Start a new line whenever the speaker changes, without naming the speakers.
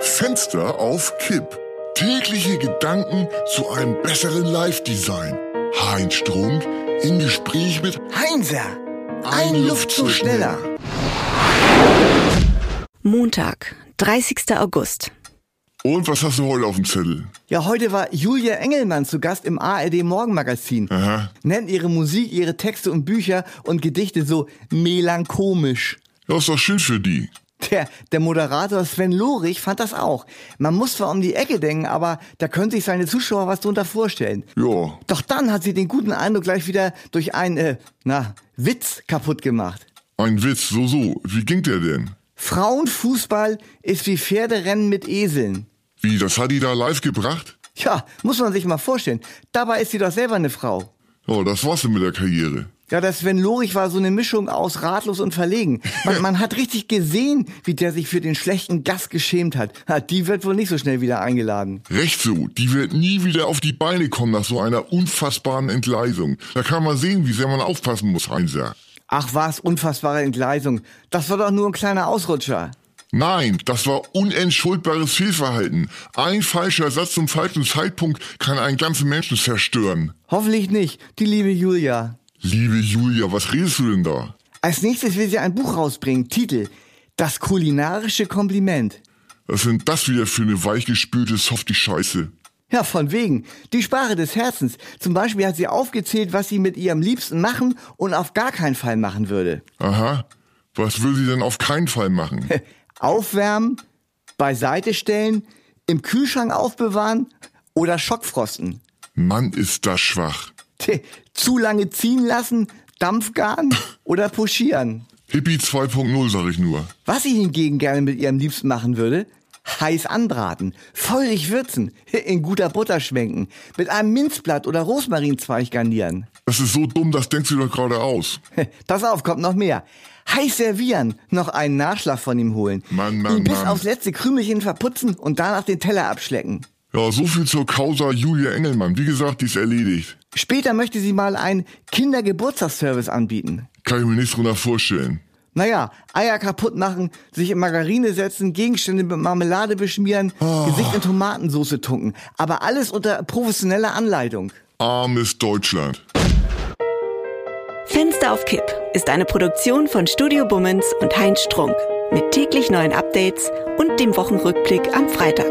Fenster auf Kipp. Tägliche Gedanken zu einem besseren Live-Design. Heinz Strunk im Gespräch mit
Heinser,
Ein Luftzug schneller.
Montag, 30. August.
Und was hast du heute auf dem Zettel?
Ja, heute war Julia Engelmann zu Gast im ARD Morgenmagazin.
Aha.
Nennt ihre Musik, ihre Texte und Bücher und Gedichte so melanchomisch.
Das ist doch schön für die.
Der, der Moderator Sven Lorich fand das auch. Man muss zwar um die Ecke denken, aber da können sich seine Zuschauer was drunter vorstellen.
Ja.
Doch dann hat sie den guten Eindruck gleich wieder durch einen, äh, na, Witz kaputt gemacht.
Ein Witz, so, so. Wie ging der denn?
Frauenfußball ist wie Pferderennen mit Eseln.
Wie, das hat die da live gebracht?
Ja, muss man sich mal vorstellen. Dabei ist sie doch selber eine Frau.
Oh, das war's denn mit der Karriere.
Ja, das Sven Lorich war so eine Mischung aus ratlos und verlegen. Man, man hat richtig gesehen, wie der sich für den schlechten Gast geschämt hat. Ha, Die wird wohl nicht so schnell wieder eingeladen.
Recht so, die wird nie wieder auf die Beine kommen nach so einer unfassbaren Entgleisung. Da kann man sehen, wie sehr man aufpassen muss, Heinzer.
Ach was, unfassbare Entgleisung. Das war doch nur ein kleiner Ausrutscher.
Nein, das war unentschuldbares Fehlverhalten. Ein falscher Satz zum falschen Zeitpunkt kann einen ganzen Menschen zerstören.
Hoffentlich nicht, die liebe Julia.
Liebe Julia, was redest du denn da?
Als nächstes will sie ein Buch rausbringen. Titel Das kulinarische Kompliment.
Was sind das wieder für eine weichgespülte Softie-Scheiße?
Ja, von wegen. Die Sprache des Herzens. Zum Beispiel hat sie aufgezählt, was sie mit ihrem Liebsten machen und auf gar keinen Fall machen würde. Äh,
Aha, was will sie denn auf keinen Fall machen?
Aufwärmen, beiseite stellen, im Kühlschrank aufbewahren oder Schockfrosten.
Mann, ist das schwach.
Tja, Zu lange ziehen lassen, Dampfgaren oder puschieren.
Hippie 2.0 sag ich nur.
Was sie hingegen gerne mit ihrem Liebsten machen würde? Heiß anbraten, feurig würzen, in guter Butter schwenken, mit einem Minzblatt oder Rosmarinzweig garnieren.
Das ist so dumm, das denkst du doch gerade aus.
Pass auf, kommt noch mehr. Heiß servieren, noch einen Nachschlag von ihm holen.
Mann, Mann,
ihn bis
Mann.
aufs letzte Krümelchen verputzen und danach den Teller abschlecken.
Ja, so viel zur Causa Julia Engelmann. Wie gesagt, die ist erledigt.
Später möchte sie mal einen Kindergeburtstagsservice anbieten.
Kann ich mir nichts drunter vorstellen.
Naja, Eier kaputt machen, sich in Margarine setzen, Gegenstände mit Marmelade beschmieren,
Oh.
Gesicht in Tomatensoße tunken. Aber alles unter professioneller Anleitung.
Armes Deutschland.
Fenster auf Kipp ist eine Produktion von Studio Bummens und Heinz Strunk. Mit täglich neuen Updates und dem Wochenrückblick am Freitag.